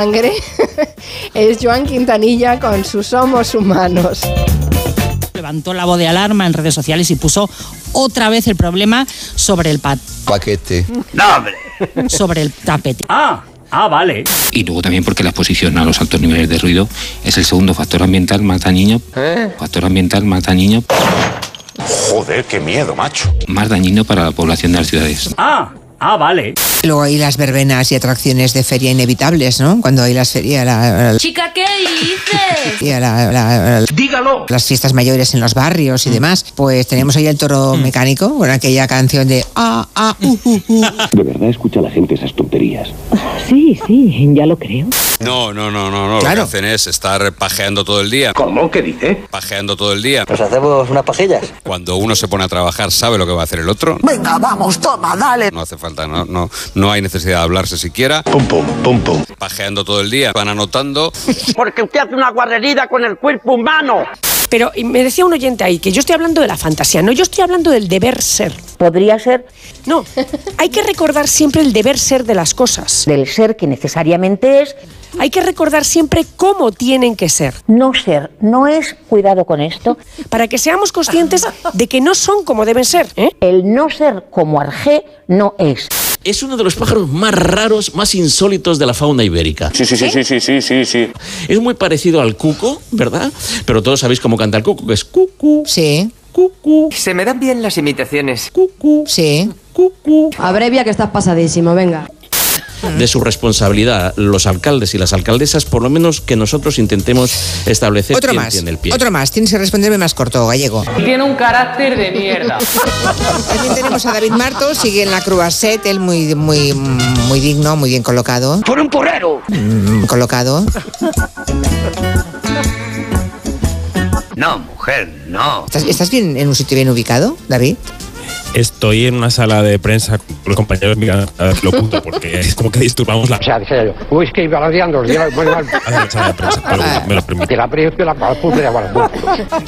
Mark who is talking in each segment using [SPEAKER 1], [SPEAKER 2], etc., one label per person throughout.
[SPEAKER 1] sangre es Joan Quintanilla con sus Somos Humanos.
[SPEAKER 2] Levantó la voz de alarma en redes sociales y puso otra vez el problema sobre el pat
[SPEAKER 3] Paquete.
[SPEAKER 4] ¡No, hombre!
[SPEAKER 2] sobre el tapete.
[SPEAKER 4] ¡Ah! Ah, vale.
[SPEAKER 5] Y luego también porque la exposición a los altos niveles de ruido es el segundo factor ambiental más dañino. Factor ambiental más dañino.
[SPEAKER 6] Joder, qué miedo, macho.
[SPEAKER 5] Más dañino para la población de las ciudades.
[SPEAKER 4] Ah, ah, vale.
[SPEAKER 7] Luego hay las verbenas y atracciones de feria inevitables, ¿no? Cuando hay las ferias, la, la-
[SPEAKER 8] Chica, ¿qué dices?
[SPEAKER 7] la- la- la- la-
[SPEAKER 4] Dígalo.
[SPEAKER 7] las fiestas mayores en los barrios
[SPEAKER 9] Mm.
[SPEAKER 7] y demás, pues tenemos ahí el toro mecánico con aquella canción de ah, ah, uh, uh, uh.
[SPEAKER 9] De verdad escucha la gente esas tonterías.
[SPEAKER 8] Sí, sí, ya lo creo.
[SPEAKER 3] No, no, no, no, no. Lo que
[SPEAKER 7] Claro.
[SPEAKER 3] hacen es estar pajeando todo el día.
[SPEAKER 6] ¿Cómo? ¿Qué dice?
[SPEAKER 3] Pajeando todo el día.
[SPEAKER 9] Nos hacemos unas pajillas.
[SPEAKER 3] Cuando uno se pone a trabajar, sabe lo que va a hacer el otro.
[SPEAKER 9] Venga, vamos, toma, dale.
[SPEAKER 3] No hace falta, no, no, no hay necesidad de hablarse siquiera.
[SPEAKER 6] Pum, pum, pum, pum.
[SPEAKER 3] Pajeando todo el día, van anotando.
[SPEAKER 9] Porque usted hace una guarrerida con el cuerpo humano.
[SPEAKER 10] Pero y me decía un oyente ahí que yo estoy hablando de la fantasía, no, yo estoy hablando del deber ser.
[SPEAKER 8] Podría ser
[SPEAKER 10] No, hay que recordar siempre el deber ser de las cosas.
[SPEAKER 8] del ser que necesariamente es.
[SPEAKER 10] Hay que recordar siempre cómo tienen que ser,
[SPEAKER 8] No ser, no es, cuidado con esto,
[SPEAKER 10] para que seamos conscientes de que no son como deben ser. ¿eh?
[SPEAKER 8] el no ser como Argé no es.
[SPEAKER 11] Es uno de los pájaros más raros, más insólitos de la fauna ibérica.
[SPEAKER 6] Sí, sí, sí, sí, sí, sí, sí, sí.
[SPEAKER 11] Es muy parecido al cuco, ¿verdad? Pero todos sabéis cómo canta el cuco, que es cucu,
[SPEAKER 7] Sí,
[SPEAKER 11] cucu,
[SPEAKER 9] Se me dan bien las imitaciones.
[SPEAKER 11] cucu,
[SPEAKER 7] sí.
[SPEAKER 11] cucu.
[SPEAKER 1] Abrevia que estás pasadísimo, venga.
[SPEAKER 11] De su responsabilidad, los alcaldes y las alcaldesas, por lo menos que nosotros intentemos establecer
[SPEAKER 7] Otro
[SPEAKER 11] quién
[SPEAKER 7] más,
[SPEAKER 11] tiene el pie.
[SPEAKER 7] otro más. Tienes que responderme más corto, gallego.
[SPEAKER 8] Tiene un carácter de mierda.
[SPEAKER 7] También tenemos a David Marto, sigue en la Cruaset, él muy, muy, muy digno, muy bien colocado.
[SPEAKER 9] ¡Por un porrero!
[SPEAKER 7] mm, Colocado.
[SPEAKER 4] No, mujer, no.
[SPEAKER 7] ¿Estás, estás bien en un sitio bien ubicado, David?
[SPEAKER 11] Estoy en una sala de prensa con los compañeros de mi lo oculto porque es como que disturbamos la
[SPEAKER 9] sea, decía yo, uy, es que iba los días muy mal.
[SPEAKER 11] sala de prensa, pero me lo permite.
[SPEAKER 9] la aprecio, la puse de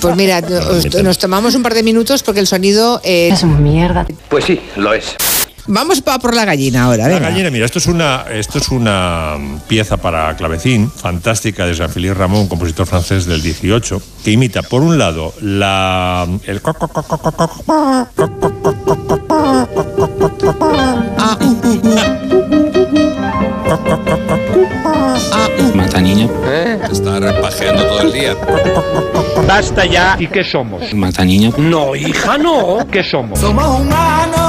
[SPEAKER 7] Pues mira, os- nos tomamos un par de minutos porque el sonido es
[SPEAKER 8] Es una mierda.
[SPEAKER 6] Pues sí, lo es.
[SPEAKER 7] Vamos pa- por la gallina ahora,
[SPEAKER 11] La
[SPEAKER 7] venga.
[SPEAKER 11] gallina, mira, esto es una, esto es una mm, pieza para clavecín fantástica de Jean-Philippe Ramón, compositor francés del 18, que imita por un lado la el coc, coc, coc, coc, coc, coc,
[SPEAKER 5] Mata niño.
[SPEAKER 3] Estar pajeando todo el día.
[SPEAKER 9] Basta ya. ¿Y qué somos?
[SPEAKER 5] Mata niño.
[SPEAKER 9] No, hija, no. ¿Qué somos?
[SPEAKER 3] Somos humanos.